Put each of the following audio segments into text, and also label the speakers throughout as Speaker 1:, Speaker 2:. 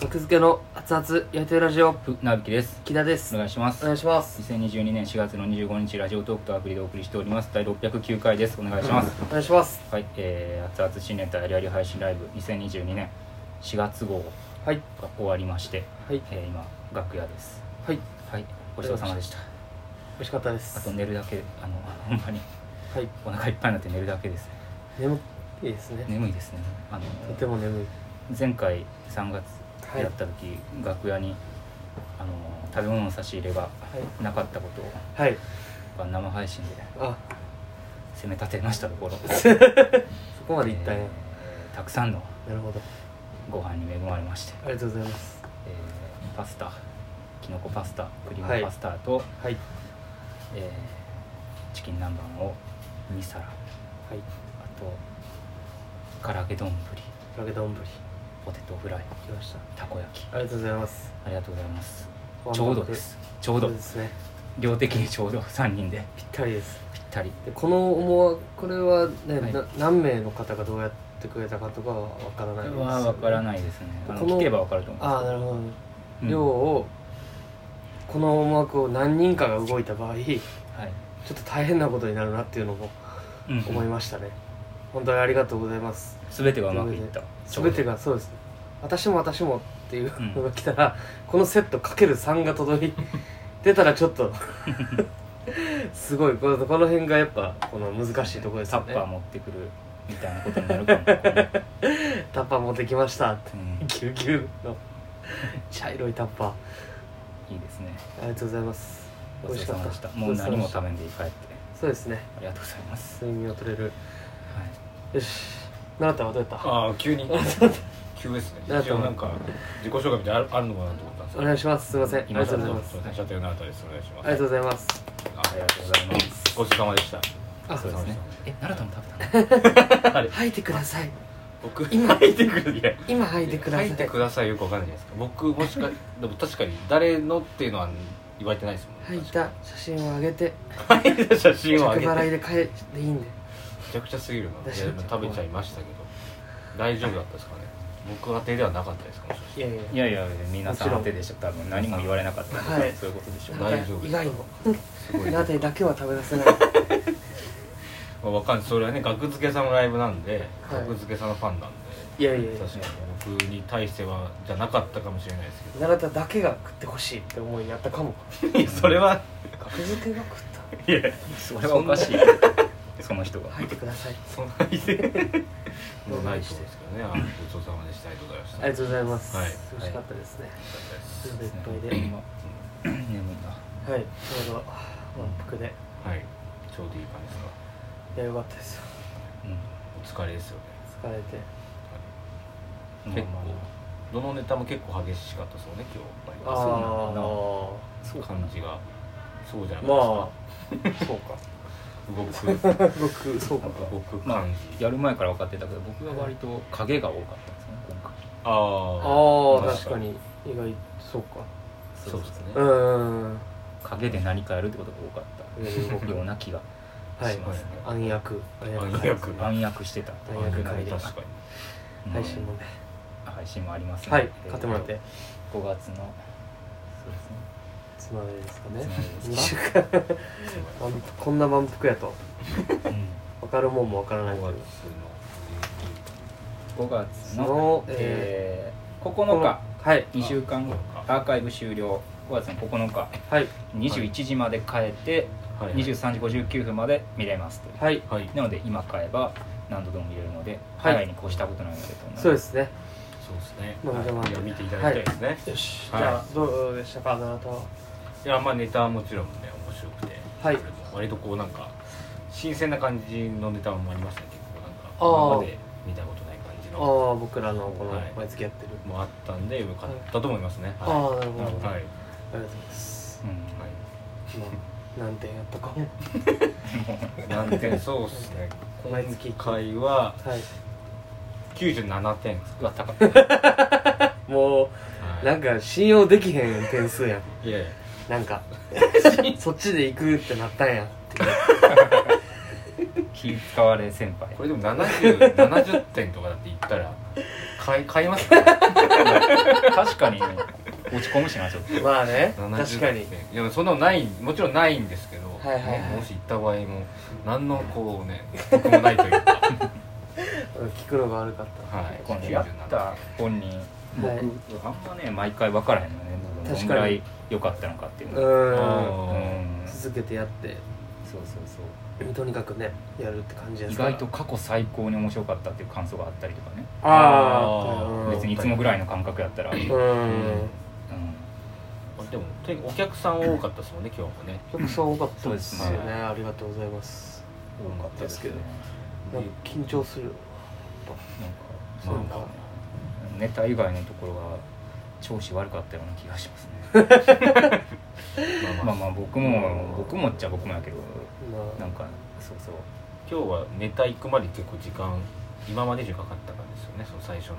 Speaker 1: 格付けの熱々焼いてるラジオ
Speaker 2: ふなびきです
Speaker 1: 木田です
Speaker 2: お願いします
Speaker 1: お願いします
Speaker 2: 2022年4月の25日ラジオトークとアプリでお送りしております第609回ですお願いします
Speaker 1: お願いします
Speaker 2: はいえー、熱々新ネタやりあり配信ライブ2022年4月号
Speaker 1: はい
Speaker 2: が終わりまして、
Speaker 1: はい
Speaker 2: えー、今楽屋です
Speaker 1: はい
Speaker 2: はいごちそうさまでした
Speaker 1: 美味しかったです
Speaker 2: あと寝るだけあのほんまに
Speaker 1: はい
Speaker 2: お腹いっぱいになって寝るだけです
Speaker 1: 眠いですね
Speaker 2: 眠いですねあの
Speaker 1: とても眠い
Speaker 2: 前回3月
Speaker 1: はい
Speaker 2: やった時、楽屋にあの食べ物の差し入れがなかったことを
Speaker 1: はい
Speaker 2: 僕は生配信で
Speaker 1: あ
Speaker 2: 攻め立てましたと ころ
Speaker 1: そこまでいったんや
Speaker 2: えーたくさんの
Speaker 1: なるほど
Speaker 2: ご飯に恵まれまして、
Speaker 1: ありがとうございます
Speaker 2: えーパスタきのこパスタクリー
Speaker 1: は
Speaker 2: ム
Speaker 1: い
Speaker 2: パスタと、
Speaker 1: はい
Speaker 2: えーチキン南蛮を2皿あ
Speaker 1: はい
Speaker 2: と唐揚げ丼
Speaker 1: ラゲ丼
Speaker 2: ポテトフライ
Speaker 1: 来ました
Speaker 2: たこ焼き
Speaker 1: ありがとうございます
Speaker 2: ありがとうございますちょうどですちょう
Speaker 1: そ
Speaker 2: ど
Speaker 1: うですね
Speaker 2: 量的にちょうど3人で
Speaker 1: ぴったりです
Speaker 2: ぴったり
Speaker 1: でこの思わこれはね、
Speaker 2: はい
Speaker 1: な何名の方がどうやってくれたかとかは分からないですよね
Speaker 2: は分からないですねあの
Speaker 1: この
Speaker 2: 聞けば分かると思います
Speaker 1: ああなるほど、
Speaker 2: うん
Speaker 1: 量をこの思惑を何人かが動いた場合ちょ
Speaker 2: はい
Speaker 1: っと大変なことになるなっていうのも
Speaker 2: うん
Speaker 1: 思いましたね、本当にありがとうございます
Speaker 2: 全てがうまくいったちょうど
Speaker 1: 全てがそうですね私も私もっていうのが来たら、このセットかける3が届いてたらちょっ とすごいこのこの辺がやっぱこの難しいところです
Speaker 2: サ
Speaker 1: よ
Speaker 2: ッ
Speaker 1: ね
Speaker 2: パー持ってくるみたいなことになるかも、ね
Speaker 1: タッパー持ってきましたって
Speaker 2: うん
Speaker 1: ぎゅうぎゅうの茶色いタッパー
Speaker 2: いいですね
Speaker 1: ありがとうございます
Speaker 2: ごちそうさまでした
Speaker 1: 美
Speaker 2: もう
Speaker 1: 味しかった
Speaker 2: 何も食べんで帰って
Speaker 1: そうですね
Speaker 2: ありがとうございます、
Speaker 1: 睡眠を取れる
Speaker 2: はい、
Speaker 1: よし奈良田はどうやった
Speaker 3: ああ急 に急ですね一応なんか自己紹介みたいなのあるあるのかなと思ったんです
Speaker 1: お願いしますすいませんありがとうございます
Speaker 3: すシャテルナータですお願いしま
Speaker 1: あ
Speaker 3: す
Speaker 1: りがとうございます
Speaker 2: ありがとうございます
Speaker 3: ごちそうさまでした
Speaker 1: あ
Speaker 2: そうですねえ奈良田も食
Speaker 1: 吐いてください
Speaker 3: 僕
Speaker 1: 今
Speaker 3: 入ってくるいや
Speaker 1: 今吐いてください
Speaker 3: 入ってくださいよくわかんないじゃないですか僕もしかでも確かに誰のっていうのは言われてないですもん
Speaker 1: 吐いた写真を上げて
Speaker 3: 入った 写真
Speaker 1: 着
Speaker 3: をあげて
Speaker 1: 払い
Speaker 3: め
Speaker 1: で返していいんで
Speaker 3: ちゃくちゃすぎるない
Speaker 1: 私
Speaker 3: やでも食べちゃいましたけど大丈夫だったですかね僕宛てではなかったですかもしかして
Speaker 1: いやいや
Speaker 2: べたいやいや皆さ
Speaker 1: もちろ
Speaker 2: ん
Speaker 1: ん
Speaker 2: 当てでしょ多分何も言われなかったんで、
Speaker 1: はい
Speaker 2: そういうことでしょう
Speaker 3: 大丈夫
Speaker 1: 以外も
Speaker 3: すごい
Speaker 1: ラテだけは食べ出せない
Speaker 3: まあわかんないそれはね額付けさんのライブなんで
Speaker 1: はい
Speaker 3: 額付けさんのファンなんで
Speaker 1: いやいやいや
Speaker 3: 確かに僕に対してはじゃなかったかもしれないです
Speaker 1: 奈良田だけが食ってほしいって思いになったかも
Speaker 3: けどいやそれは
Speaker 1: 格付けが食った
Speaker 3: いや
Speaker 2: それはおかしいその人が
Speaker 1: 吐いてください
Speaker 3: そんな意味で
Speaker 1: お
Speaker 3: もうな
Speaker 1: 願い
Speaker 3: いと
Speaker 1: し
Speaker 3: 思
Speaker 1: て
Speaker 3: うんですけどねあごちそうさまでしたありがとうございました
Speaker 1: ありがとうございます
Speaker 3: はい
Speaker 1: 美味しかったですね
Speaker 3: う
Speaker 1: お腹いっぱいで
Speaker 2: うんまあ眠いな
Speaker 1: はいちょうど満腹で
Speaker 3: はいちょうどいい感じですか
Speaker 1: いやよかったですよ
Speaker 3: お疲れですよね
Speaker 1: 疲れて
Speaker 2: うん
Speaker 3: 結構
Speaker 2: まあま
Speaker 3: どのネタも結構激しかったそうね今
Speaker 1: あ
Speaker 3: 日や
Speaker 2: そ
Speaker 3: っ
Speaker 2: うなんだ
Speaker 1: あ
Speaker 3: ぱり感じがそうじゃないです
Speaker 1: まあそ
Speaker 3: か、
Speaker 1: うか
Speaker 3: 動く
Speaker 1: 僕そうか
Speaker 3: 動く
Speaker 2: まあ
Speaker 3: 感 じ、
Speaker 2: やる前から分かってたけど僕は割と影が多かったんですね今回
Speaker 3: あ
Speaker 1: ああ
Speaker 3: あ
Speaker 1: 確かに意外そうか
Speaker 3: そうですね
Speaker 1: うーん
Speaker 2: 影で何かやるってことが多かったような気が
Speaker 1: は
Speaker 2: し
Speaker 1: い
Speaker 2: ますね、
Speaker 1: 暗躍暗
Speaker 3: 暗躍
Speaker 2: 暗躍してた
Speaker 1: 暗躍会で
Speaker 3: 確かに
Speaker 2: うん
Speaker 1: 配信もね
Speaker 2: 配信もありますので
Speaker 1: はい買ってもらって
Speaker 2: 5月のそうですね
Speaker 1: つまみですか
Speaker 2: つ
Speaker 1: ね
Speaker 2: ま
Speaker 1: 2
Speaker 2: み
Speaker 1: 週間満
Speaker 2: ですか
Speaker 1: 腹こんな満腹やと分かるもんも分からない
Speaker 3: 5
Speaker 1: と
Speaker 3: 月の
Speaker 1: いう
Speaker 2: 5月の
Speaker 1: の、
Speaker 2: えー、
Speaker 1: こ
Speaker 2: 9
Speaker 1: の
Speaker 2: 日
Speaker 1: はい
Speaker 2: 2週間後アーカイブ終了5月の9日
Speaker 1: はい
Speaker 2: 21時まで変えて
Speaker 3: はいはい
Speaker 2: 23時59分まで見れますという
Speaker 1: はい
Speaker 3: はい
Speaker 2: なので今買えば何度でも見れるので
Speaker 1: はい
Speaker 2: 早いに越したことないのでと思います
Speaker 1: そうですね
Speaker 3: そうですね。
Speaker 1: まあでも
Speaker 3: いや見ていただきたいですね。い、
Speaker 1: よしじ
Speaker 3: はい
Speaker 1: ゃあどうでしたかあなたは
Speaker 3: やまあネタはもちろんね面白くて、
Speaker 1: はい
Speaker 3: それも割とこうなんか新鮮な感じのネタもありましたね。結構なんか
Speaker 1: あー
Speaker 3: 今まで見たことない感じ
Speaker 1: あ
Speaker 3: の
Speaker 1: あ僕らのこの
Speaker 3: はい
Speaker 1: 毎月やってる
Speaker 3: もあったんでよかったと思いますね。
Speaker 1: ああ
Speaker 3: は
Speaker 1: なるほど
Speaker 2: なるほ
Speaker 3: い。
Speaker 2: ど
Speaker 3: は
Speaker 1: あ
Speaker 3: い。
Speaker 1: りがとうございます
Speaker 2: うん
Speaker 1: まあ何点やったかも
Speaker 3: はい、何点そうですね。
Speaker 1: 毎月
Speaker 3: 今回は
Speaker 1: はい
Speaker 3: 97点です。
Speaker 2: うわ高っ
Speaker 1: もうな
Speaker 3: は
Speaker 1: んか信用できへん点数やん
Speaker 3: い。いやいや。
Speaker 1: なん かそっちで行くってなったんや
Speaker 2: 気使われ先輩
Speaker 3: これでも7070点とかだって言ったら買い買います
Speaker 2: 確かに落ち込むしなちょっと
Speaker 1: まあね
Speaker 3: 70
Speaker 1: 確かに
Speaker 3: ねいやそんなのないもちろんないんですけど、
Speaker 1: はいはいはい
Speaker 3: もし行った場合も何のこうね僕もないというか
Speaker 1: うん聞くのが悪かっ
Speaker 3: はい
Speaker 2: このやった本人僕、
Speaker 1: はい
Speaker 2: あんまね毎回分からへんのよね僕ど
Speaker 1: 確かに
Speaker 2: んぐらい良かったのかっていう
Speaker 1: たう
Speaker 2: のうん
Speaker 1: ーん
Speaker 2: そう
Speaker 1: 続けてやって
Speaker 2: そうそ
Speaker 1: とにかくねやるって感じ
Speaker 2: う
Speaker 1: で
Speaker 2: 意
Speaker 1: すから
Speaker 2: 外と過去最高に面白かったっていう感想があったりとかね
Speaker 1: ああ
Speaker 2: 別にいつもぐらいの感覚やったら、うん、
Speaker 1: う
Speaker 2: よ
Speaker 1: ん
Speaker 3: でもとにかくお客さん多かったですもんね今日もね
Speaker 1: 曲さん多かったですよ
Speaker 2: そう
Speaker 1: ね
Speaker 2: ですね
Speaker 1: ありがとうございます
Speaker 2: かったですけどね
Speaker 1: なんか緊張する
Speaker 2: なんか、
Speaker 1: そ
Speaker 2: ま
Speaker 1: うか
Speaker 2: あ、ネタ以外のところが調子悪かったような気がしますねまあまあ僕も僕もっちゃ僕もやけど
Speaker 1: ま
Speaker 2: なんかそうそう
Speaker 3: 今日はネタ行くまで結構時間今まで以上かかったからですよねその最初の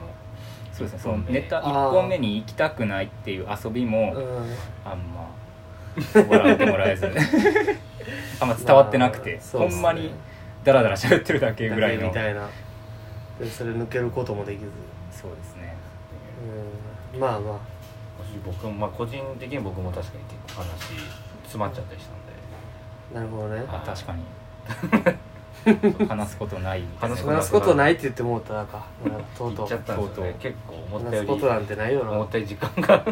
Speaker 2: そうですね
Speaker 3: 一
Speaker 2: その
Speaker 3: 本目
Speaker 2: ネタ
Speaker 1: あ
Speaker 2: 1
Speaker 1: ー
Speaker 2: 本目に行きたくないっていう遊びも
Speaker 1: あうん
Speaker 2: あんま笑ってもらえず あんま伝わってなくて、
Speaker 1: まあそう
Speaker 2: ほ
Speaker 1: っす
Speaker 2: ん
Speaker 1: ね
Speaker 2: まにダラダラ喋ってるだけぐらいの
Speaker 1: みたいなでそれ抜けることもできず
Speaker 2: そうですね
Speaker 1: うんまあま
Speaker 3: 僕もまあ個人的に僕も確かに結構話詰まっちゃったりしたんで
Speaker 1: あなるほどね
Speaker 2: あ
Speaker 3: はい
Speaker 2: 確か に話すことないみたいな
Speaker 3: 話す
Speaker 1: 話すことないって言ってもうたなんかなんかとう
Speaker 3: 行
Speaker 1: とう
Speaker 3: っちゃったんですよ
Speaker 2: とうと
Speaker 3: ね
Speaker 2: う
Speaker 3: 結構思っ
Speaker 1: 話
Speaker 3: たよ
Speaker 1: す
Speaker 3: り
Speaker 1: ことなんてないよな
Speaker 3: 思ったより時間 が
Speaker 1: 話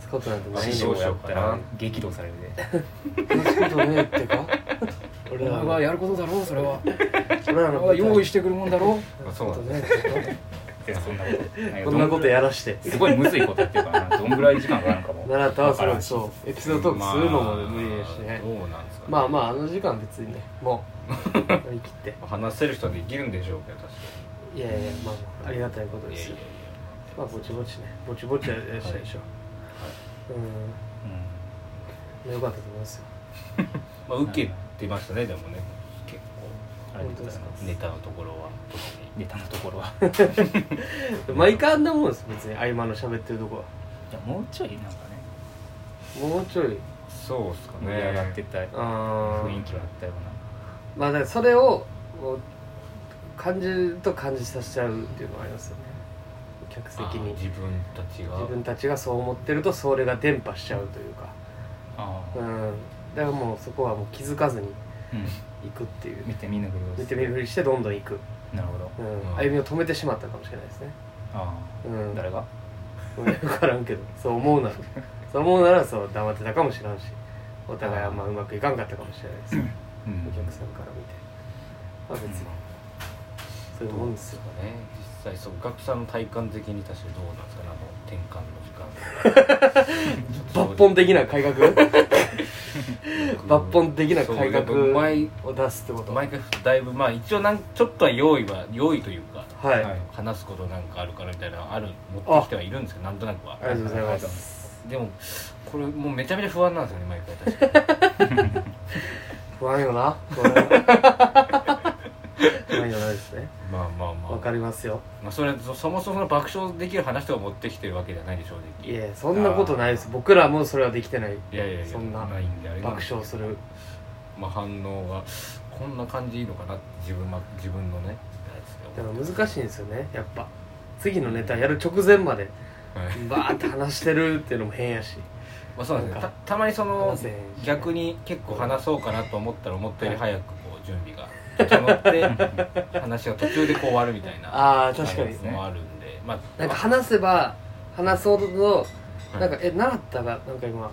Speaker 1: すことなんてない
Speaker 2: 師
Speaker 1: よ
Speaker 2: 匠
Speaker 3: どうし
Speaker 2: や
Speaker 3: よう
Speaker 2: っ
Speaker 3: か
Speaker 2: た
Speaker 3: な
Speaker 2: ら激怒されるで
Speaker 1: 話すことねえってか
Speaker 2: お
Speaker 1: 俺
Speaker 2: 前
Speaker 1: ら
Speaker 2: は
Speaker 1: の
Speaker 2: やることだろうそれ は
Speaker 1: 俺らの
Speaker 2: お前は用意
Speaker 1: し
Speaker 2: してくるもんだろ
Speaker 3: そうなん
Speaker 1: ね
Speaker 2: いやそんなことないよ
Speaker 1: こんなことやらして
Speaker 2: すごいむずいことやってるからなどんぐらい時間があるのかも
Speaker 1: 奈良田はそれ
Speaker 2: わからんし
Speaker 1: そうエピソードトークするのも無理やしね
Speaker 3: まあどうなんですかね
Speaker 1: まあまああの時間別にねもう乗り切って
Speaker 3: 話せる人はできるんでしょうけど確か
Speaker 1: いやいやまあまあありがたいこと
Speaker 3: に
Speaker 1: で
Speaker 3: い
Speaker 1: す
Speaker 3: やいや
Speaker 1: よ
Speaker 3: いや
Speaker 1: まあぼちぼちねぼちぼちやりしたでしょうんまあよかったと思いますよ
Speaker 3: まあ受けてましたねでもね結
Speaker 2: うんありがとうございま
Speaker 3: 構
Speaker 2: す
Speaker 3: ネタのところは特に
Speaker 2: ネタのところはい
Speaker 1: 毎回あんなもんです別に合間の喋ってるとこは
Speaker 2: やもうちょいなんかね
Speaker 1: もうちょい
Speaker 3: そうっすかね
Speaker 2: 盛り上がってた
Speaker 1: あ
Speaker 2: 雰囲
Speaker 1: ー
Speaker 2: 気はあったよう
Speaker 1: まあだからそれをこう感じると感じさせちゃうっていうのはありますよね客席
Speaker 3: あー
Speaker 1: に
Speaker 3: 自分たちが
Speaker 1: 自分たちがそう思ってるとそれが伝播しちゃうというか
Speaker 2: なあ
Speaker 1: う
Speaker 2: あ
Speaker 1: んだからもうそこはもう気づかずに
Speaker 2: うん
Speaker 1: 行くっていう
Speaker 2: 見て見ぬふりを
Speaker 1: 見て見るふりしてどんどん行く、
Speaker 2: なるほど
Speaker 1: うん
Speaker 3: うん
Speaker 1: 歩みを止めてしまったかもしれないですね
Speaker 2: あ
Speaker 1: うん
Speaker 2: あ誰が
Speaker 1: 俺分からんけどそう思うならそう思うならそう黙ってたかもしれんしお互いあんまうまくいかんかったかもしれないですよ
Speaker 2: うん
Speaker 1: お客さんから見てまあ別にそういう
Speaker 3: ど
Speaker 1: も
Speaker 3: うんで
Speaker 1: です
Speaker 3: す
Speaker 1: よ
Speaker 3: かね実際そうお客さんの体感的に確かにどうなんですかねあの転換の時間
Speaker 1: 抜本的な改革抜
Speaker 3: 抜
Speaker 1: 本的な改革
Speaker 3: 毎
Speaker 1: を出すってことはい
Speaker 3: 毎回だいぶまあ一応なんちょっとは用意は用意というか
Speaker 1: あり
Speaker 2: は
Speaker 1: が
Speaker 2: い
Speaker 3: 話すことなんかあるからみたいなのある持ってきてはいるんですけどなんとなくは
Speaker 1: とうござい
Speaker 2: ありが
Speaker 1: ま
Speaker 2: とうございます
Speaker 3: でもこれもうめちゃめちゃ不安なんですよね毎回確かに
Speaker 1: 不安よなこれは不安よなですね
Speaker 3: まあまあまあ
Speaker 1: わかりますよ
Speaker 3: まあ、それそそもそもの爆笑できる話とか持ってきてるわけじゃないでしょう
Speaker 1: いやそんなことないです僕らもそれはできてない
Speaker 3: いやいやいや
Speaker 1: そんない
Speaker 3: んであれなん
Speaker 1: 爆
Speaker 3: ですけど
Speaker 1: 笑する
Speaker 3: まあ、反応がこんな感じいいのかなって自分,、ま、自分のねやつ
Speaker 1: だ
Speaker 3: で
Speaker 1: か
Speaker 3: 思
Speaker 1: ら
Speaker 3: って
Speaker 1: 難しいんですよねやっぱ次のネタやる直前まで
Speaker 3: はい
Speaker 1: バーって話してるっていうのも変やし
Speaker 3: まあ、そうなんですね
Speaker 1: な
Speaker 3: た
Speaker 1: んか
Speaker 3: たまにその
Speaker 1: 話せへんし
Speaker 3: 逆に結構話そうかなと思ったら思ったより早くこう準備が整 って話が途中でこう終わるみたいな
Speaker 1: ああ確かに
Speaker 3: やつもあるんでまあ
Speaker 1: なんか話せば話そうと
Speaker 3: はい
Speaker 1: なんか「え習ったがなんか今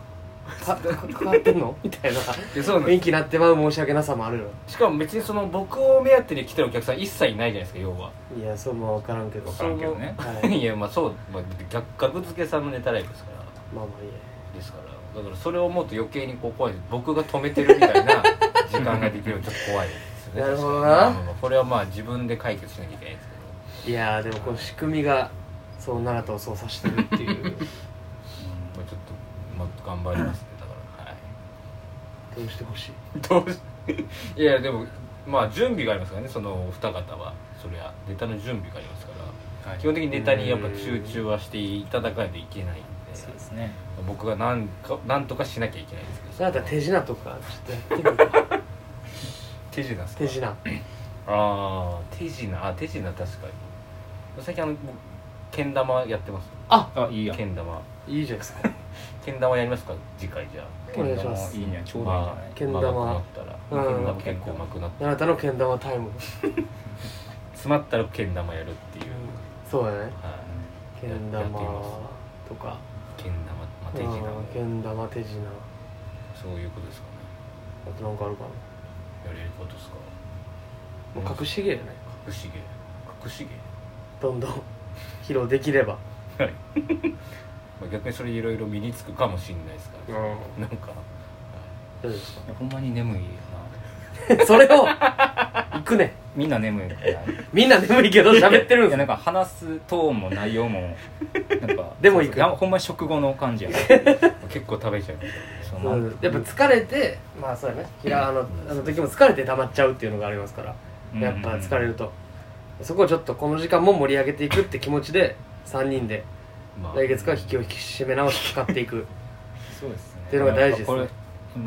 Speaker 1: か変わってんの?」みたいない
Speaker 3: やそうなん
Speaker 1: 雰囲
Speaker 3: で
Speaker 1: 気になってまう申し訳なさもあるよ
Speaker 3: すしかも別にその僕を目当てに来てるお客さん一切いないじゃないですか要は、
Speaker 1: いやそうも分からんけど
Speaker 2: わからんけどね
Speaker 1: はい
Speaker 3: い、やまあそう、まあ、逆格付けさんのネタライブですから
Speaker 1: まあまあいいや
Speaker 3: ですからだからそれを思うと余計にこう怖いです僕が止めてるみたいな時間ができるのちょっと怖いですよね
Speaker 1: なるほどな
Speaker 3: まあまあまあこれはまあ自分で解決しなきゃいけないんですけど
Speaker 1: いやーでもこの仕組みがそう奈良とそうさしてるっていう
Speaker 2: うん
Speaker 3: まあちょっと、まあ、頑張りますねだからはい
Speaker 1: どうしてほしい
Speaker 3: どうし いやでもまあ準備がありますからねそのお二方はそりゃネタの準備がありますから
Speaker 2: はい
Speaker 3: 基本的にネタにやっぱ集中はしていただかないといけないんで
Speaker 2: そうですね
Speaker 3: 僕がなんかなんとかしなきゃいけないんですけど
Speaker 1: それだったら手品とかちょっとやってみるか
Speaker 3: 手品ですか
Speaker 1: 手品
Speaker 3: ああ手品あ手品確かに最近あの僕けん玉やってます
Speaker 2: あいいやん
Speaker 3: けん玉
Speaker 1: いいじゃないですか
Speaker 3: けん玉やりますか次回じゃ
Speaker 1: お願いします
Speaker 2: けん玉いいねちょうどいいんじゃ
Speaker 3: あ
Speaker 2: ない
Speaker 1: けん
Speaker 3: ま
Speaker 1: 玉
Speaker 3: あ曲がくなった
Speaker 1: う
Speaker 3: ら
Speaker 1: ん
Speaker 3: けん玉結構うまくなって
Speaker 1: あなたのけん玉タイム
Speaker 3: 詰まったらけん玉やるっていう
Speaker 1: そうやね
Speaker 3: はい
Speaker 1: けん
Speaker 3: やって
Speaker 1: 玉
Speaker 3: みます
Speaker 1: とか
Speaker 3: けん玉まあ手品
Speaker 1: うんけん玉手品
Speaker 3: そういうことですかね
Speaker 1: あとなんかあるか
Speaker 3: やれることですか
Speaker 1: なもう隠し芸やね
Speaker 3: 隠し芸隠し芸
Speaker 1: どんどん披露できれば
Speaker 3: まあ、逆にそれいろいろ身につくかもしれないですから、ね
Speaker 1: う
Speaker 3: なんか、はい
Speaker 1: どうです
Speaker 2: いやほんまに眠いよな
Speaker 1: かそれを行くね
Speaker 2: みんな眠いから
Speaker 1: みんな眠いけど喋ってるんで
Speaker 2: いや
Speaker 1: す
Speaker 2: なん
Speaker 1: よ
Speaker 2: か話すトーンも内容 もなんか
Speaker 1: でも行く
Speaker 2: そうそうほんま食後の感じや な
Speaker 3: 結構食べちゃう
Speaker 2: そ
Speaker 1: うん
Speaker 2: の
Speaker 1: やっぱ疲れてまあそうやね平あのあの時も疲れて溜まっちゃうっていうのがありますからやっぱ疲れるとそこをちょっとこの時間も盛り上げていくって気持ちで3人で
Speaker 3: まあ
Speaker 1: 来月から引きを引き締め直して使っていく
Speaker 2: そうですね
Speaker 1: っていうのが大事ですね
Speaker 2: やっぱこ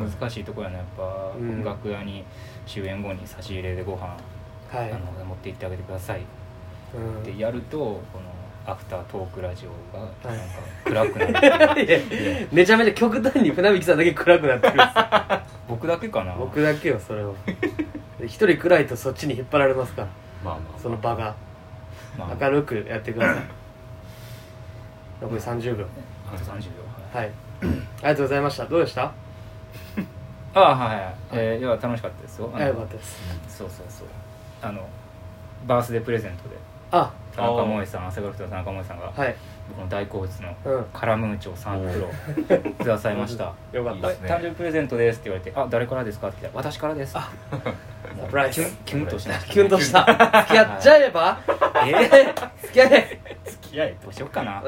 Speaker 2: れ難しいとこやな、やっぱ、
Speaker 1: うん
Speaker 2: 楽屋に終演後に差し入れでご飯、
Speaker 1: はい
Speaker 2: あの持って行ってあげてくださいっ
Speaker 1: うん
Speaker 2: てやるとこのアフタートークラジオが
Speaker 1: は
Speaker 2: なん
Speaker 1: い
Speaker 2: か暗くなる、
Speaker 1: いやめちゃめちゃ極端に船引さんだけ暗くなってるんですよ
Speaker 2: 僕だけかな
Speaker 1: 僕だけよそれはで一人暗いとそっちに引っ張られますから
Speaker 3: まあまあ
Speaker 1: その場が
Speaker 2: まあ、
Speaker 1: 明るくやってください残り30秒
Speaker 2: あと30秒は
Speaker 1: は
Speaker 2: い
Speaker 1: いありがとうございましたどうでした
Speaker 2: ああはいはい、えーいや楽しかったですよあ
Speaker 1: あ
Speaker 2: の
Speaker 1: よかったです
Speaker 2: そうそうそうあのバースデープレゼントで
Speaker 1: あ
Speaker 2: 田中萌さん朝倉の田中萌さんが
Speaker 1: はい
Speaker 2: 僕の大好物の
Speaker 1: うん
Speaker 2: カラムーチョ3袋くださいました
Speaker 1: よか
Speaker 2: 「
Speaker 1: った
Speaker 2: あ
Speaker 3: いいですね
Speaker 2: 誕生日プレゼントです」って言われて「あ誰からですか?」って言ったら「私からです」
Speaker 1: あ
Speaker 2: もう
Speaker 1: サプライズ
Speaker 2: キュンキュンとしました
Speaker 1: キュ ンとした付き合っちゃえばええ付き合え
Speaker 2: 付き合いどうしようかな